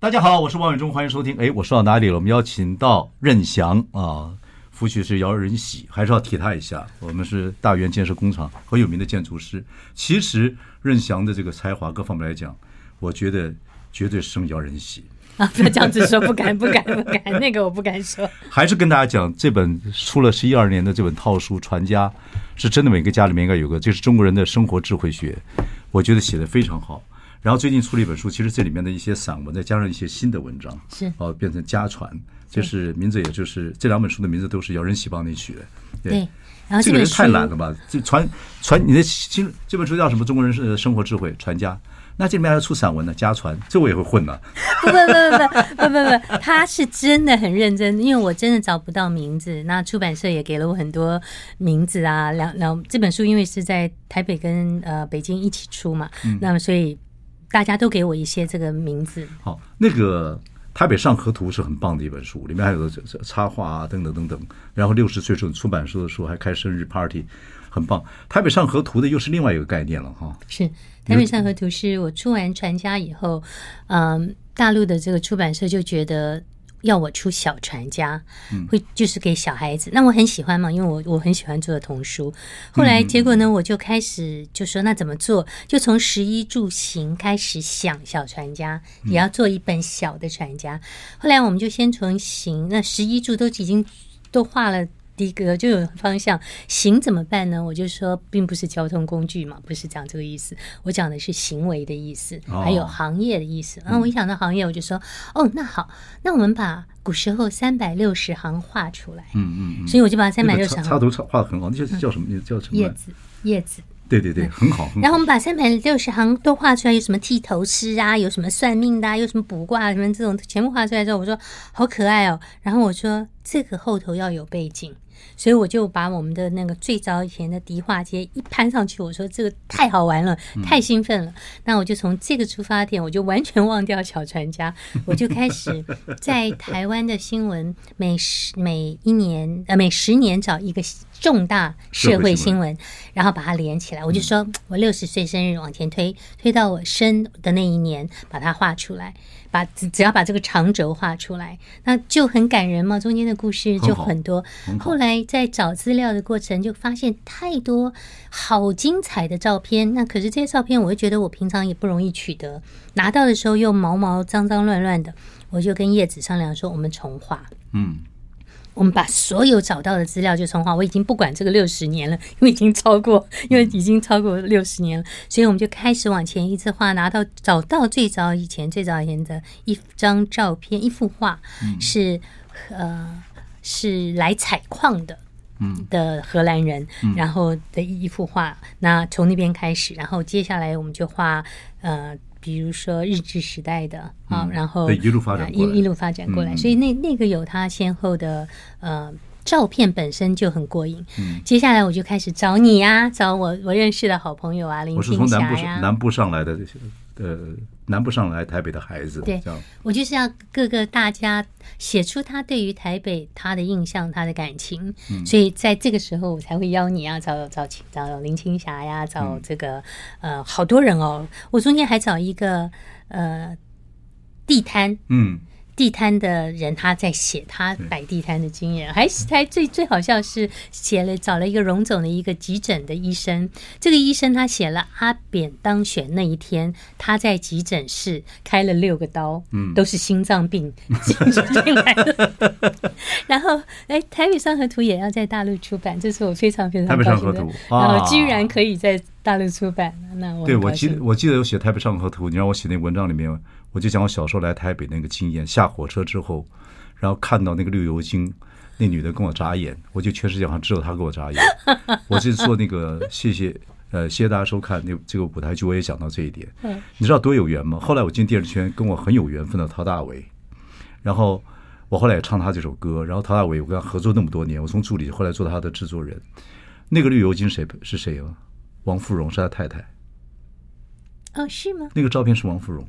S1: 大家好，我是王伟忠，欢迎收听。哎，我说到哪里了？我们邀请到任翔啊，夫婿是姚仁喜，还是要提他一下。我们是大元建设工厂很有名的建筑师。其实任翔的这个才华各方面来讲，我觉得绝对胜姚仁喜。
S2: 啊，不要这样子说，不敢，不敢，不敢，那个我不敢说。
S1: 还是跟大家讲，这本出了十一二年的这本套书《传家》，是真的每个家里面应该有个，这是中国人的生活智慧学，我觉得写的非常好。然后最近出了一本书，其实这里面的一些散文，再加上一些新的文章，
S2: 是
S1: 哦，变成家传，这是名字，也就是这两本书的名字都是姚仁喜帮你取的，
S2: 对，然后
S1: 这
S2: 这
S1: 个
S2: 本
S1: 人
S2: 书
S1: 太懒了吧？这传传你的新这本书叫什么？中国人是生活智慧传家。那这里面还要出散文呢，家传，这我也会混呢、
S2: 不不不不不不不不，他是真的很认真，因为我真的找不到名字，那出版社也给了我很多名字啊。两两这本书因为是在台北跟呃北京一起出嘛，
S1: 嗯
S2: 那么所以大家都给我一些这个名字。
S1: 好，那个《台北上河图》是很棒的一本书，里面还有这这插画啊，等等等等。然后六十岁时候出版社的时候还开生日 party，很棒。《台北上河图》的又是另外一个概念了哈。
S2: 是《台北上河图》是我出完《传家》以后，嗯，大陆的这个出版社就觉得要我出小传家，
S1: 嗯
S2: 会就是给小孩子。那我很喜欢嘛，因为我我很喜欢做童书。后来
S1: 嗯
S2: 结果呢，我就开始就说那怎么做？就从十一住行开始想小传家，也
S1: 嗯
S2: 要做一本小的传家。后来我们就先从行，那十一住都已经都画了。的格就有方向，行怎么办呢？我就说，并不是交通工具嘛，不是讲这个意思，我讲的是行为的意思，
S1: 哦嗯
S2: 还有行业的意思。然后我一想到行业，我就说，哦，那好，那我们把古时候三百六十行画出来。
S1: 嗯嗯嗯。
S2: 所以我就把三
S1: 那
S2: 百
S1: 个
S2: 六
S1: 插
S2: 十
S1: 插
S2: 行
S1: 图插画的很好，那叫叫什么？那叫什么
S2: 叶
S1: 来？
S2: 子叶子，
S1: 对对对，很好。很
S2: 然
S1: 好。
S2: 后我们把三百六十行都画出来，有什么剃头师啊，有什么算命的、啊，有什么卜卦什么这种，全部画出来之后，我说好可爱哦。然后我说这个后头要有背景，所以我就把我们的那个最早以前的迪化街一攀上去，我说这个太好玩了，太兴奋了。那我就从这个出发点，我就完全忘掉小船家，我就开始在台湾的新闻每十每一年呃每十年找一个重大社会新闻，然后把它连起来。
S1: 嗯
S2: 我就说，我六十岁生日往前推，推到我生的那一年，把它画出来，把只只要把这个长轴画出来，那就很感人嘛。中间的故事就
S1: 很好
S2: 很多。后来在找资料的过程，就发现太多好精彩的照片。那可是这些照片，我就觉得我平常也不容易取得，拿到的时候又毛毛脏脏乱乱的。我就跟叶子商量说，我们重画。
S1: 嗯，
S2: 我们把所有找到的资料就重画，我已经不管这个六十年了， 因为已经超过，因为已经超过六十年了，所以我们就开始往前一直画，拿到找到最早以前最早以前的一张照片，一幅画
S1: 嗯
S2: 是、呃是来采矿的。
S1: 嗯
S2: 的荷兰人，然后的一幅画，那从那边开始，然后接下来我们就画呃，比如说日治时代的啊，然后
S1: 嗯对一路发展
S2: 啊
S1: 过来
S2: 一一路发展
S1: 嗯
S2: 过来，所以那那个有它先后的呃。照片本身就很过瘾，
S1: 嗯
S2: 接下来我就开始找你啊，找我我认识的好朋友啊，林
S1: 我是
S2: 青
S1: 从南
S2: 霞
S1: 部
S2: 呀、
S1: 南部上来的，这些呃，南部上来台北的孩子，
S2: 对
S1: 这样
S2: 我就是要各个大家写出他对于台北他的印象、他的感情，
S1: 嗯
S2: 所以在这个时候我才会邀你啊，找找秦找林青霞呀，找这个、呃好多人哦，我中间还找一个呃地摊，
S1: 嗯，
S2: 地摊的人他在写他摆地摊的经验，还还最最好笑是写了找了一个荣总的一个急诊的医生，这个医生他写了阿扁当选那一天他在急诊室开了六个刀，嗯，都是心脏 病进进来的。 然后哎，台北上河图也要在大陆出版，这是我非常非
S1: 台
S2: 常
S1: 北
S2: 高
S1: 上
S2: 兴
S1: 河
S2: 的
S1: 图，
S2: 然
S1: 啊
S2: 后居然可以在大陆出版，那我很
S1: 对，我
S2: 高
S1: 记
S2: 兴
S1: 得我记得有写《台北上河图》，你让我写那文章里面，我就讲我小时候来台北那个经验，下火车之后，然后看到那个绿油精， 那女的跟我眨眼，我就全世界好像只有她跟我眨眼。我就做那个谢谢呃，谢谢大家收看那这个舞台剧，我也讲到这一点。
S2: 嗯，
S1: 你知道多有缘吗？后来我进电视圈，跟我很有缘分的陶大伟，然后我后来也唱他这首歌，然后陶大伟我跟他合作那么多年，我从助理后来做他的制作人。那个绿油精谁是谁啊？王芙蓉是他太太，
S2: 哦，是吗？
S1: 那个照片是王芙蓉，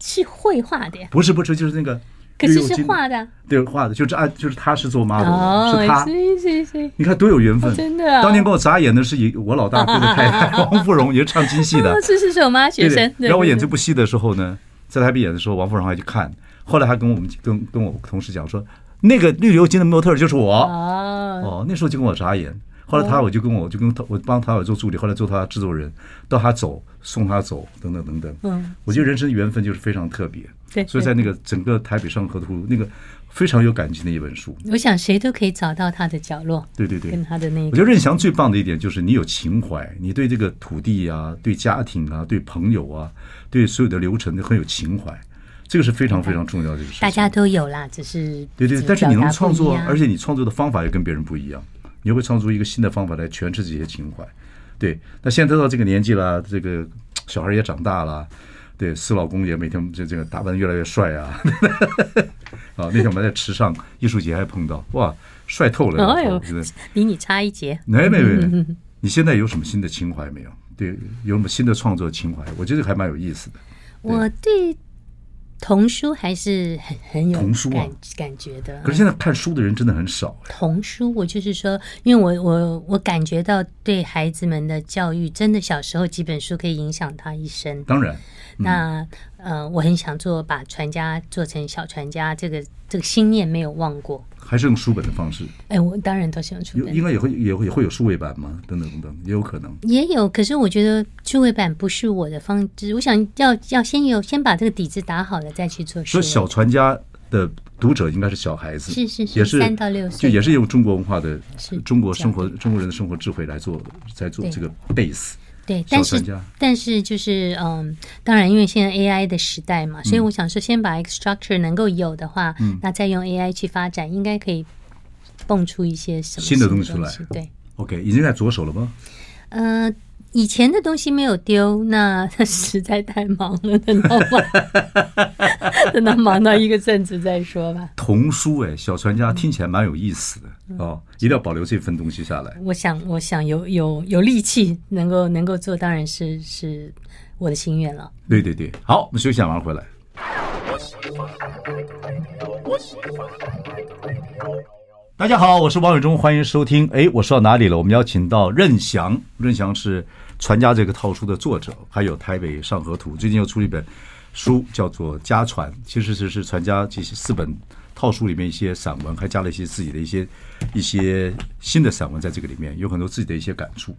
S2: 是绘画的呀，
S1: 不是不是就是那个
S2: 可
S1: 绿
S2: 是
S1: 油精。
S2: 是画的啊。
S1: 对，画的就是按就是他是做 model，的、是他。
S2: 哦是是是，
S1: 你看多有缘分，
S2: 哦真的啊
S1: 当年跟我眨眼的是一我老大哥的太 太王芙蓉，也是唱京戏的
S2: 哦，。是是是我妈学
S1: 对
S2: 生
S1: 对。
S2: 对
S1: 然后我演
S2: 对
S1: 这
S2: 对
S1: 部戏的时候呢，在台北演的时候，王芙蓉还去看，后来还跟我们跟跟我同事讲说，那个绿油精的模特儿就是我。
S2: 哦，
S1: 哦，那时候就跟我眨眼。后来他我就跟我就跟他我帮他我做助理，后来做他制作人，到他走送他走等等等等。
S2: 嗯，
S1: 我觉得人生缘分就是非常特别。
S2: 对
S1: 所以在那个整个台北上河图那个非常有感情的一本书。
S2: 我想谁都可以找到他的角落，
S1: 对对对，
S2: 跟他的那
S1: 我
S2: 个
S1: 觉得任翔最棒的一点就是你有情怀，你对这个土地啊、对家庭啊、对朋友啊、对所有的流程都很有情怀，这个是非常非常重要的一个事情。
S2: 大家都有啦，只是
S1: 对对，
S2: 只
S1: 但是你能
S2: 表达
S1: 创
S2: 不一
S1: 作，
S2: 样
S1: 而且你创作的方法也跟别人不一样，你会创作一个新的方法来诠释这些情怀。对，那现在都到这个年纪了，这个小孩也长大了，对，死老公也每天这这个打扮得越来越帅啊。 啊，那天我们在池上艺术节还碰到，哇，帅透了！
S2: 哎呦
S1: 我觉得
S2: 比你差一截，
S1: 哎没没没， 你现在有什么新的情怀没有？对，有什么新的创作情怀？我觉得还蛮有意思的。
S2: 我对童书还是很很有
S1: 童书啊
S2: 感感觉的。啊
S1: 可是现在看书的人真的很少哎，
S2: 童书，我就是说，因为我我我感觉到对孩子们的教育，真的小时候几本书可以影响他一生。
S1: 当然，
S2: 嗯那呃，我很想做把传家做成小传家，这个这个心念没有忘过。
S1: 还是用书本的方式，
S2: 哎，我当然都喜欢出
S1: 有
S2: 本，
S1: 应该也会也会也会有数位版嘛，等等等等，也有可能。
S2: 也有，可是我觉得数位版不是我的方式。我想要要先有先把这个底子打好了，再去做数
S1: 所
S2: 位。
S1: 以小传家的读者应该是小孩子，
S2: 是是是
S1: 也是
S2: 3到6岁
S1: 就也是用中国文化的
S2: 是
S1: 中国生活中国人的生活智慧来做在做
S2: 对
S1: 这个 base。
S2: 对，
S1: 小传
S2: 但是
S1: 家
S2: 但是就是嗯，当然，因为现在 AI 的时代
S1: 嗯
S2: 嘛，所以我想说，先把一个 structure 能够有的话，那再用 AI 去发展，应该可以蹦出一些什么
S1: 新的
S2: 东
S1: 东西出来
S2: 对，
S1: OK，已经在着手了吗？
S2: 呃，以前的东西没有丢，那实在太忙了，等到忙， 等到忙到一个阵子再说吧。
S1: 童书哎，小传
S2: 嗯
S1: 家听起来蛮有意思的哦，一定要保留这份东西下来。
S2: 我想，我想有有有力气能够能够做，当然是是我的心愿了。
S1: 对对对，好，我们休息一下，马上回来。大家好，我是王伟忠，欢迎收听。哎，我说到哪里了？我们邀请到任翔，任翔是《传家》这个套书的作者，还有台北上河图，最近又出了一本书，叫做《家传》，其实是是传家这些四本套书里面一些散文，还加了一些自己的一些一些新的散文在这个里面，有很多自己的一些感触。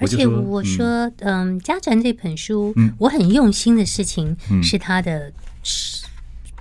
S2: 而且
S1: 就
S2: 我
S1: 嗯
S2: 说，嗯，家传》这本书，我很用心的事情是它的设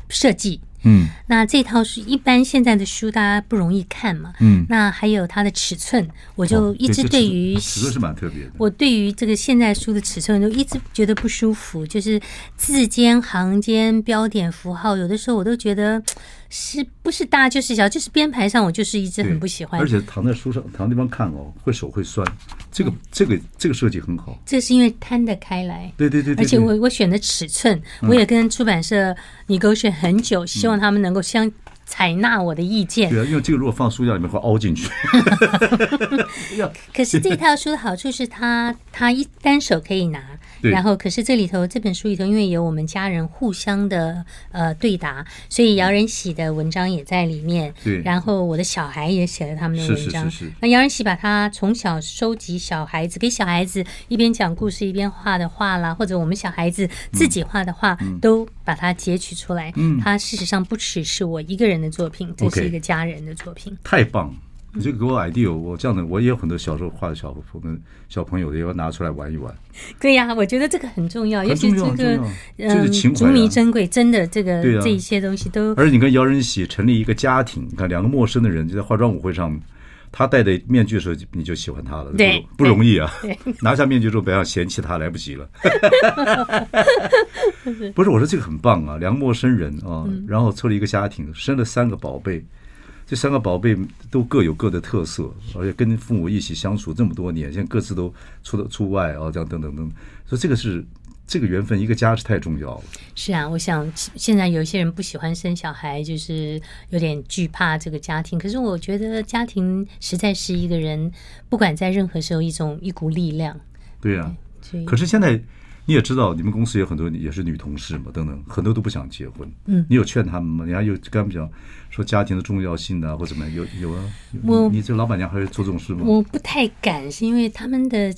S2: 设计。
S1: 嗯，
S2: 那这套书一般现在的书大家不容易看嘛，
S1: 嗯
S2: 那还有它的尺寸，我就
S1: 哦
S2: 一直
S1: 这
S2: 对于
S1: 尺寸是蛮特别的。
S2: 我对于这个现代书的尺寸都一直觉得不舒服，就是字间、行间、标点符号，有的时候我都觉得是不是大就是小，就是编排上我就是一直
S1: 对
S2: 很不喜欢
S1: 而。且躺在书上躺的地方看哦，会手会酸。这
S2: 嗯
S1: 个这个这个设计很好。
S2: 这是因为摊得开来，
S1: 对对对对。
S2: 而且
S1: 对嗯
S2: 我我选的尺寸，我也跟出版社 negotiate 很久，希望他们能够相采纳我的意见。
S1: 对啊，因为这个如果放书架里面会凹进去。
S2: 可是这套书的好处是 它，它一单手可以拿，
S1: 对
S2: 然后可是这里头这本书里头，因为有我们家人互相的呃对答，所以姚仁喜的文章也在里面。
S1: 对
S2: 然后我的小孩也写了他们的
S1: 是
S2: 文章。
S1: 是是是
S2: 那姚仁喜把他从小收集小孩子，给小孩子一边讲故事一边画的画啦，或者我们小孩子自己画的画，
S1: 嗯
S2: 都把它截取出来。嗯，它事实上不只是我一个人的作品，这
S1: OK
S2: 是一个家人的作品。
S1: 太棒！了，你这个给我 idea，我这样的我也有很多小时候画的小朋友小朋友的，也要拿出来玩一玩。
S2: 对呀、我觉得这个很重要，尤其
S1: 重要
S2: 这个
S1: 很
S2: 嗯
S1: 重要这是情怀啊
S2: 足迷珍贵，真的这个、
S1: 对啊
S2: 这一些东西 都
S1: 而且你跟姚仁喜成立一个家庭，你看两个陌生的人就在化妆舞会上，他戴着面具的时候你就喜欢他了，
S2: 对
S1: 不容不容易啊！ 拿下面具之后不要嫌弃他，来不及了。
S2: 嗯
S1: 不是，我说这个很棒啊，两个陌生人啊，然后凑了一个家庭，生了三个宝贝，这三个宝贝都各有各的特色，而且跟父母一起相处这么多年，现在各自都出了出外啊，这样等等等，所以这个是这个缘分，一个家是太重要了。
S2: 是啊，我想现在有一些人不喜欢生小孩，就是有点惧怕这个家庭。可是我觉得家庭实在是一个人，不管在任何时候一种一股力量。
S1: 对啊呀、
S2: 所以
S1: 可是现在你也知道，你们公司有很多也是女同事嘛，等等，很多都不想结婚。嗯，你有劝他们吗？人家又跟他们讲说家庭的重要性啊，或怎么样？有有啊，有
S2: 我
S1: 你这老板娘还是做这种事吗？
S2: 我不太敢，是因为他们的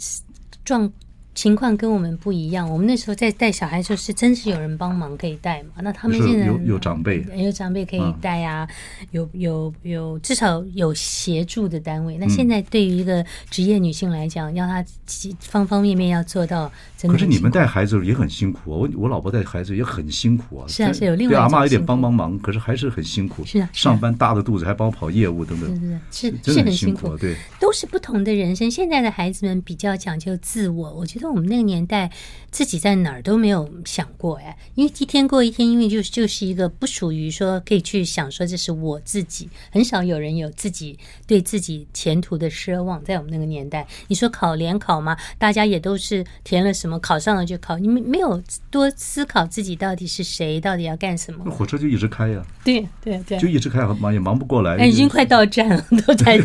S2: 状情况跟我们不一样。我们那时候在带小孩的时候，是真是有人帮忙可以带嘛。那他们
S1: 就
S2: 现
S1: 是
S2: 在
S1: 有有长辈，嗯
S2: 有长辈可以带啊，有有有，至少有协助的单位。那
S1: 嗯
S2: 现在对于一个职业女性来讲，要她其方方面面要做到，真的
S1: 可是
S2: 很
S1: 你
S2: 辛
S1: 们
S2: 苦
S1: 带孩子也很辛苦啊，我我老婆带孩子也很辛苦啊。
S2: 是啊
S1: 在
S2: 是有另外
S1: 对
S2: 一
S1: 阿
S2: 种
S1: 嬷有点
S2: 辛苦
S1: 帮帮忙，可是还是很辛苦。
S2: 是啊是啊
S1: 上班大着肚子还帮我跑业务等等，
S2: 是是
S1: 真
S2: 是
S1: 的
S2: 很
S1: 很
S2: 辛
S1: 苦
S2: 苦
S1: 啊。，对，
S2: 都是不同的人生。现在的孩子们比较讲究自我，我觉得我们那个年代自己在哪儿都没有想过哎，因为一天过一天，因为就是就是一个不属于说可以去想说这是我自己，很少有人有自己对自己前途的奢望。在我们那个年代，你说考联考嘛，大家也都是填了什么考上了就考，你们没有多思考自己到底是谁，到底要干什
S1: 那
S2: 么。
S1: 火车就一直开呀，
S2: 对对对
S1: 就一直开，忙也忙不过来。
S2: 哎，已经快到站了，都在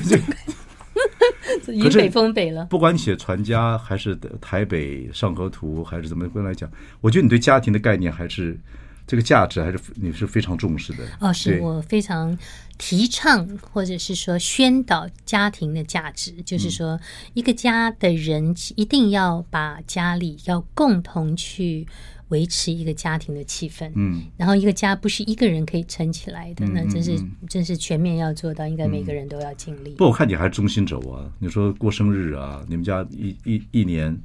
S2: 已
S1: 可
S2: 经
S1: 是
S2: 北风北了。
S1: 不管你写传家还是台北上河图还是怎么来讲，我觉得你对家庭的概念还是这个价值还是你是非常重视的。
S2: 哦，是
S1: 对
S2: 我非常提倡或者是说宣导家庭的价值，
S1: 嗯
S2: 就是说一个家的人一定要把家里要共同去维持一个家庭的气氛，
S1: 嗯，
S2: 然后一个家不是一个人可以撑起来的，
S1: 嗯
S2: 那真是
S1: 嗯
S2: 真是全面要做到，应该每个人都要尽力。
S1: 不，我看你还是忠心轴啊！你说过生日啊，你们家一一一年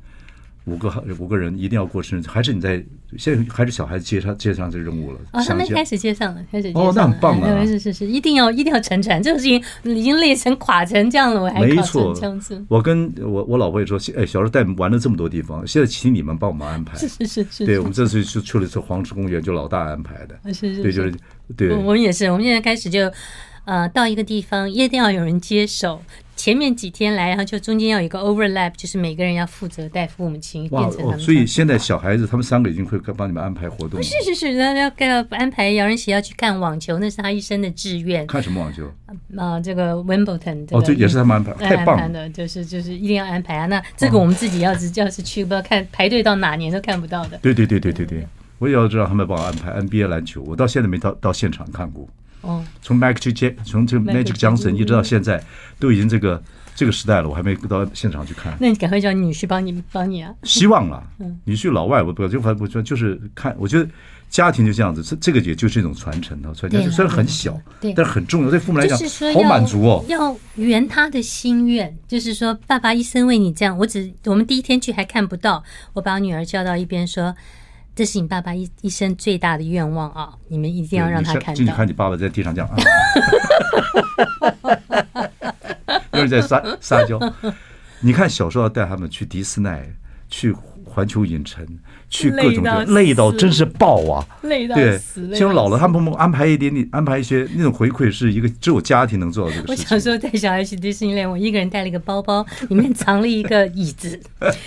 S1: 五个五个人一定要过生日，还是你在现在还是小孩子接上接上这任务了？
S2: 哦，他
S1: 想
S2: 们
S1: 一下
S2: 开始接上了，开始接上
S1: 哦那很棒啊
S2: 哎是是是，一定要一定要成全，这个事情已经累成垮成这样了，我还
S1: 没
S2: 搞
S1: 错
S2: 成这样子，，
S1: 我跟我我老婆也说，哎，小时候带你们玩了这么多地方，现在请你们帮我们安排。
S2: 是是是，
S1: 对，我们这次就去了一次黄石公园，就老大安排的。
S2: 哦是是是哦
S1: 对，就是对。
S2: 我我们也是，我们现在开始就，呃，到一个地方一定要有人接手。前面几天来，然后就中间要有一个 overlap，就是每个人要负责带父母亲，
S1: 哇
S2: 变成他
S1: 哦！
S2: 们。
S1: 所以现在小孩子他们三个已经会帮你们安排活动了。
S2: 是是是，然后要要安排姚仁喜要去看网球，那是他一生的 志愿。
S1: 看什么网球？
S2: 啊，这个 Wimbledon
S1: 哦，这也是他们安排，
S2: 安
S1: 太棒
S2: 排
S1: 了！
S2: 的，就是就是一定要安排啊。那这个我们自己要是要是去，不知道看排队到哪年都看不到的。
S1: 对对对对对对，我也要知道他们帮我安排 NBA 篮球，我到现在没到到现场看过。
S2: 哦，
S1: 从 Magic J 从这个
S2: Magic
S1: Magic Johnson
S2: Johnson
S1: 一直到现在，都已经这个这个时代了，我还没到现场去看。
S2: 那你嗯赶快叫你女婿帮你帮你啊。
S1: 希望了，你去老外，我不就反不就就是看，我觉得家庭就这样子，这这个也就是一种传承啊，传
S2: 对
S1: 承
S2: 啦
S1: 虽然很小
S2: 对，
S1: 但很重要，对父母来
S2: 就
S1: 讲
S2: 是说
S1: 好
S2: 要
S1: 满足哦。
S2: 要圆他的心愿，就是说爸爸一生为你这样。我只我们第一天去还看不到，我把我女儿叫到一边说：“这是你爸爸一一生最大的愿望啊，你们一定要让他
S1: 对你
S2: 看
S1: 上进去
S2: 到。
S1: 看你爸爸在地上这样啊， 有人在撒撒娇。你看小时候要带他们去迪士尼，去环球影城，去各种
S2: 累到
S1: 地累到
S2: 死
S1: 真是爆啊！
S2: 累到
S1: 对
S2: 死，，累
S1: 像
S2: 到
S1: 老了，
S2: 死
S1: 他们帮我们安排一点点，安排一些那种回馈，是一个只有家庭能做到这个
S2: 我
S1: 事
S2: 小
S1: 情。
S2: 时候带小孩去迪士尼乐园，我一个人带了一个包包，里面藏了一个 椅子，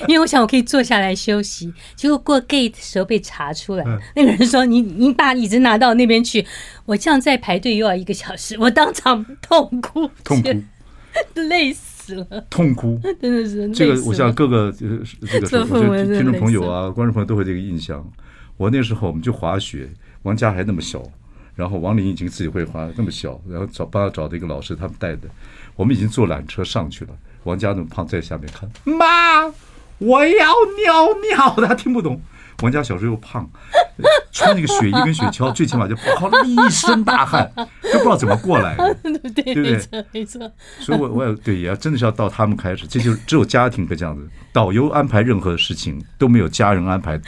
S2: 因为我想我可以坐下来休息。结果过 gate 的时候被查出
S1: 嗯
S2: 来，那个人说：“你你把椅子拿到那边去，我这样再排队又要一个小时。”我当场痛哭，
S1: 痛哭，
S2: 累死了，
S1: 痛哭。
S2: 真的是累死
S1: 这
S2: 了。
S1: 个我想各个呃这个是
S2: 做
S1: 我
S2: 父母
S1: 觉得
S2: 真的
S1: 听众
S2: 累
S1: 朋友
S2: 死
S1: 啊、观众朋友都会这个印象。我那时候我们就滑雪，王佳还那么小，然后王林已经自己会滑那么小，然后找帮他找的一个老师他们带的，我们已经坐缆车上去了，王佳那么胖在下面看，妈，我要尿尿，他听不懂。王佳小时候又胖，呃穿那个雪衣跟雪橇，最起码就跑了一身大汗，都不知道怎么过来的。
S2: 对，
S1: 对不对
S2: 没错，没错。
S1: 所以我，我也对，也要真的是要到他们开始，这就是只有家庭可以这样子。导游安排任何事情都没有家人安排，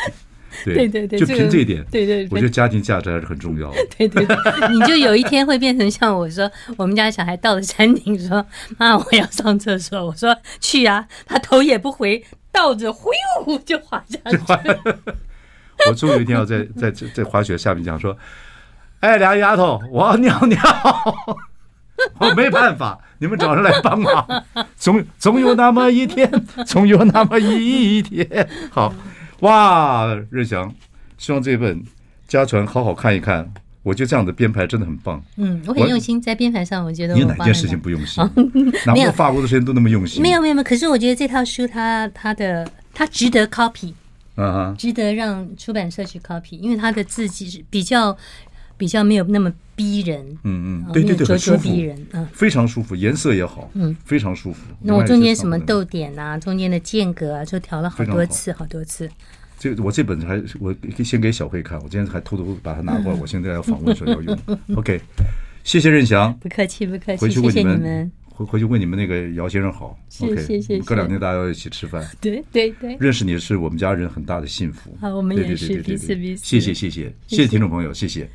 S1: 对
S2: 对对对
S1: 就
S2: 这
S1: 凭
S2: 个
S1: 这一点，
S2: 对对对
S1: 我觉得家庭价值还是很重要的。
S2: 对对对，你就有一天会变成像我说，我们家小孩到了山顶说：“妈，我要上厕所。”我说：“去啊！”他头也不回，倒着 呼悠就滑下
S1: 嗯
S2: 去。
S1: 我终有一天要在在在在滑雪下面讲说，哎，俩丫头，我要尿尿。 我没办法，你们找人来帮忙，总总有那么一天，总有那么一天。好，哇，瑞祥，希望这本《家传》好好看一看。我觉得这样的编排真的很棒。
S2: 嗯，我很
S1: 我
S2: 用心在编排上，我觉得
S1: 你有
S2: 我
S1: 哪
S2: 帮
S1: 件
S2: 了
S1: 事情
S2: 他
S1: 不用心？ 哪怕法国的时间都那么用心？
S2: 没有没有没有，可是我觉得这套书它它的它值得 copy，
S1: 啊哈，
S2: 值得让出版社去 copy，因为它的字迹是比较比较没有那么逼人，
S1: 嗯
S2: 啊
S1: 嗯，对
S2: 没
S1: 对
S2: 有
S1: 对，
S2: 咄
S1: 很舒
S2: 咄
S1: 服
S2: 逼，人，嗯。
S1: 非常舒服，颜色也好，嗯，非常舒服。
S2: 那我中间什么
S1: 都。
S2: 逗点啊，中间的间隔啊，就调了好
S1: 非常
S2: 多
S1: 好
S2: 次，好多次。
S1: 这我这本还我先给小慧看，我今天还偷偷把它拿
S2: 嗯
S1: 过来，我现在要访问的时候要 用。OK，谢谢任翔，
S2: 不客气，不客气，
S1: 回去
S2: 谢
S1: 问
S2: 谢
S1: 们，
S2: 你们。
S1: 回回去问你们那个姚先生好。
S2: 是
S1: OK，
S2: 谢谢
S1: 隔两天大家要一起吃饭，
S2: 对对对，
S1: 认识你是我们家人很大的幸福。
S2: 好我们
S1: 对
S2: 也
S1: 对对
S2: 是
S1: 对对
S2: 彼此
S1: 对
S2: 彼此
S1: 谢谢谢谢谢谢听众朋友，谢谢。